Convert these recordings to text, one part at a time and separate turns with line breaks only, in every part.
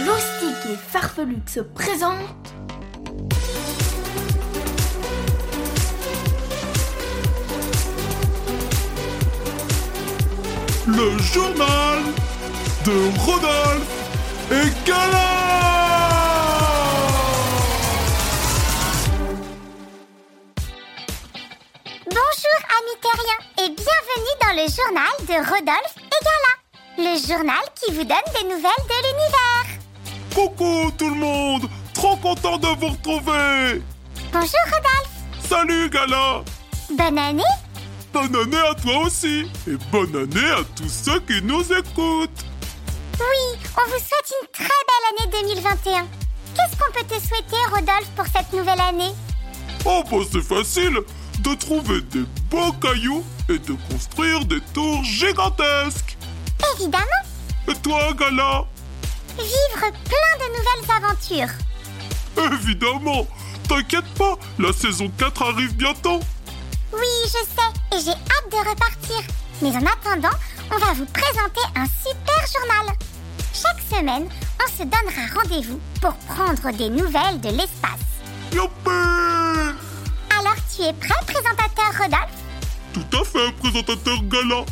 Loustique et Farfelux se présentent
Le journal de Rodolphe et Gala
Bonjour amis terriens et bienvenue dans le journal de Rodolphe et Gala, le journal qui vous donne des nouvelles de l'univers.
Coucou tout le monde Trop content de vous retrouver
Bonjour Rodolphe,
Salut Gala
bonne année
Bonne année à toi aussi Et bonne année à tous ceux qui nous écoutent
Oui, on vous souhaite une très belle année 2021. Qu'est-ce qu'on peut te souhaiter Rodolphe pour cette nouvelle année
Oh bah c'est facile De trouver des beaux cailloux et de construire des tours gigantesques
Évidemment,
Et toi Gala
vivre plein de nouvelles aventures.
Évidemment T'inquiète pas, la saison 4 arrive bientôt
Oui, je sais, et j'ai hâte de repartir. Mais en attendant, on va vous présenter un super journal. Chaque semaine, on se donnera rendez-vous pour prendre des nouvelles de l'espace.
Youpi
Alors tu es prêt, présentateur Rodolphe
Tout à fait, présentateur Gala.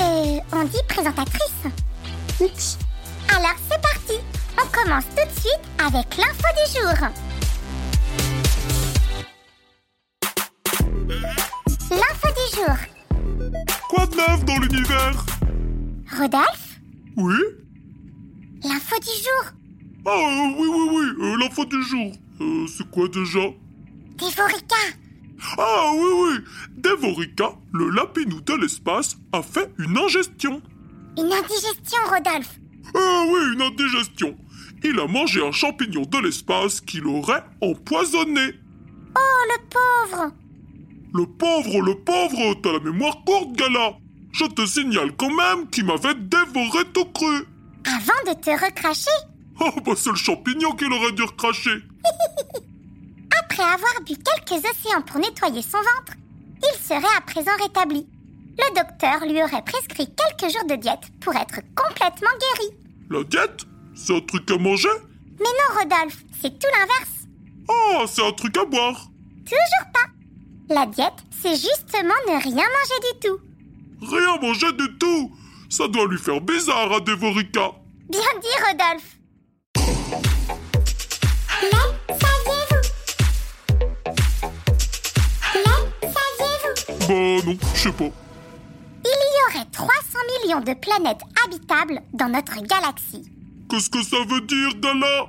Euh, on dit présentatrice.
Oups.
Alors c'est parti On commence tout de suite avec l'info du jour. L'info du jour.
Quoi de neuf dans l'univers
Rodolphe
Oui
L'info du jour
Ah euh, oui, oui, oui, euh, l'info du jour. Euh, c'est quoi déjà
Dévorica
Ah oui, oui Devorica, le lapinou de l'espace, a fait une ingestion.
Une indigestion, Rodolphe
Ah oui, une indigestion. Il a mangé un champignon de l'espace qui l'aurait empoisonné.
Oh, le pauvre
Le pauvre, le pauvre, t'as la mémoire courte, Gala Je te signale quand même qu'il m'avait dévoré tout cru
Avant de te recracher,
Oh, bah c'est le champignon qu'il aurait dû recracher
après avoir bu quelques océans pour nettoyer son ventre, il serait à présent rétabli. Le docteur lui aurait prescrit quelques jours de diète pour être complètement guéri.
La diète C'est un truc à manger
Mais non, Rodolphe, c'est tout l'inverse.
Ah, c'est un truc à boire
Toujours pas. La diète, c'est justement ne rien manger du tout.
Rien manger du tout Ça doit lui faire bizarre à Devorica
Bien dit, Rodolphe. Le saviez-vous Le saviez-vous
Bah non, je sais pas.
Il y aurait 300 millions de planètes habitables dans notre galaxie.
Qu'est-ce que ça veut dire, Gala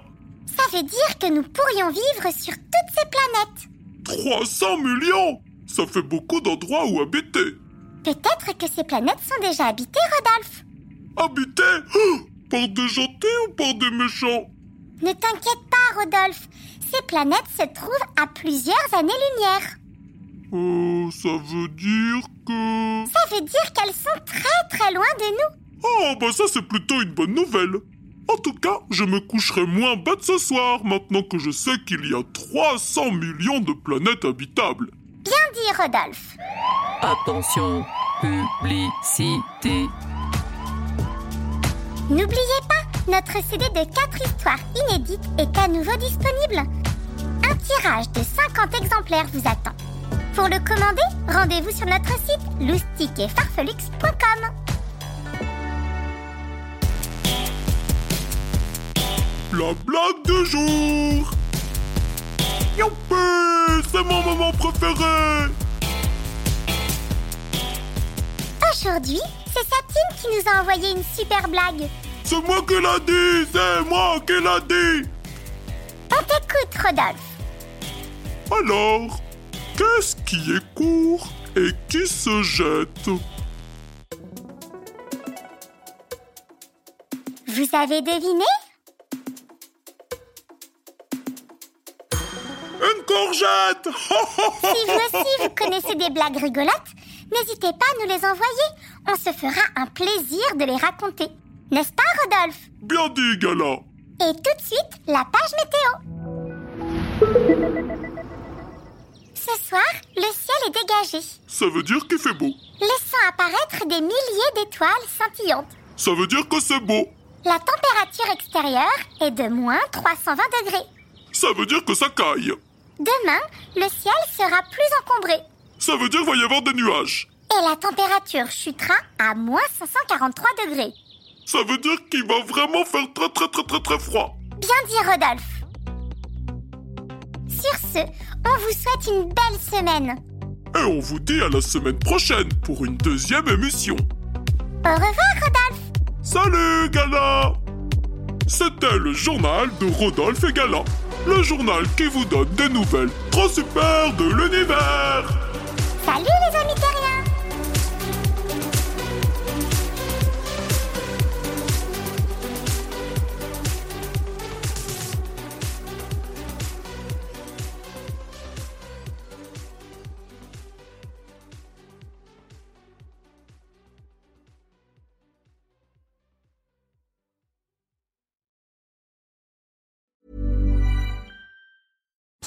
Ça veut dire que nous pourrions vivre sur toutes ces planètes.
300 millions Ça fait beaucoup d'endroits où habiter.
Peut-être que ces planètes sont déjà habitées, Rodolphe.
Habiter oh, Par des gentils ou par des méchants
Ne t'inquiète pas, Rodolphe. Ces planètes se trouvent à plusieurs années-lumière.
Euh, ça veut dire que...
Ça veut dire qu'elles sont très très loin de nous.
Oh, bah ça c'est plutôt une bonne nouvelle. En tout cas, je me coucherai moins bête ce soir maintenant que je sais qu'il y a 300 millions de planètes habitables.
Bien dit, Rodolphe.
Attention, publicité.
N'oubliez pas, notre CD de 4 histoires inédites est à nouveau disponible. Un tirage de 50 exemplaires vous attend. Pour le commander, rendez-vous sur notre site loustiqueetfarfelux.com.
La blague du jour Youpi C'est mon moment préféré
Aujourd'hui, c'est Satine qui nous a envoyé une super blague.
C'est moi qui l'a dit C'est moi qui l'a dit
On t'écoute, Rodolphe.
Alors, qu'est-ce qui est court et qui se jette
Vous avez deviné
Une courgette
Si vous aussi vous connaissez des blagues rigolotes, n'hésitez pas à nous les envoyer. On se fera un plaisir de les raconter. N'est-ce pas, Rodolphe
Bien dit, Gala
Et tout de suite, la page météo. Ce soir, le ciel est dégagé,
Ça veut dire qu'il fait beau.
laissant apparaître des milliers d'étoiles scintillantes.
Ça veut dire que c'est beau.
La température extérieure est de moins 320 degrés.
Ça veut dire que ça caille.
Demain, le ciel sera plus encombré
Ça veut dire qu'il va y avoir des nuages.
et la température chutera à moins 543 degrés.
Ça veut dire qu'il va vraiment faire très très très très très froid.
Bien dit, Rodolphe. Sur ce, on vous souhaite une belle semaine.
Et on vous dit à la semaine prochaine pour une deuxième émission.
Au revoir, Rodolphe.
Salut Gala C'était le journal de Rodolphe et Gala. Le journal qui vous donne des nouvelles trop super de l'univers
Salut les amis terriens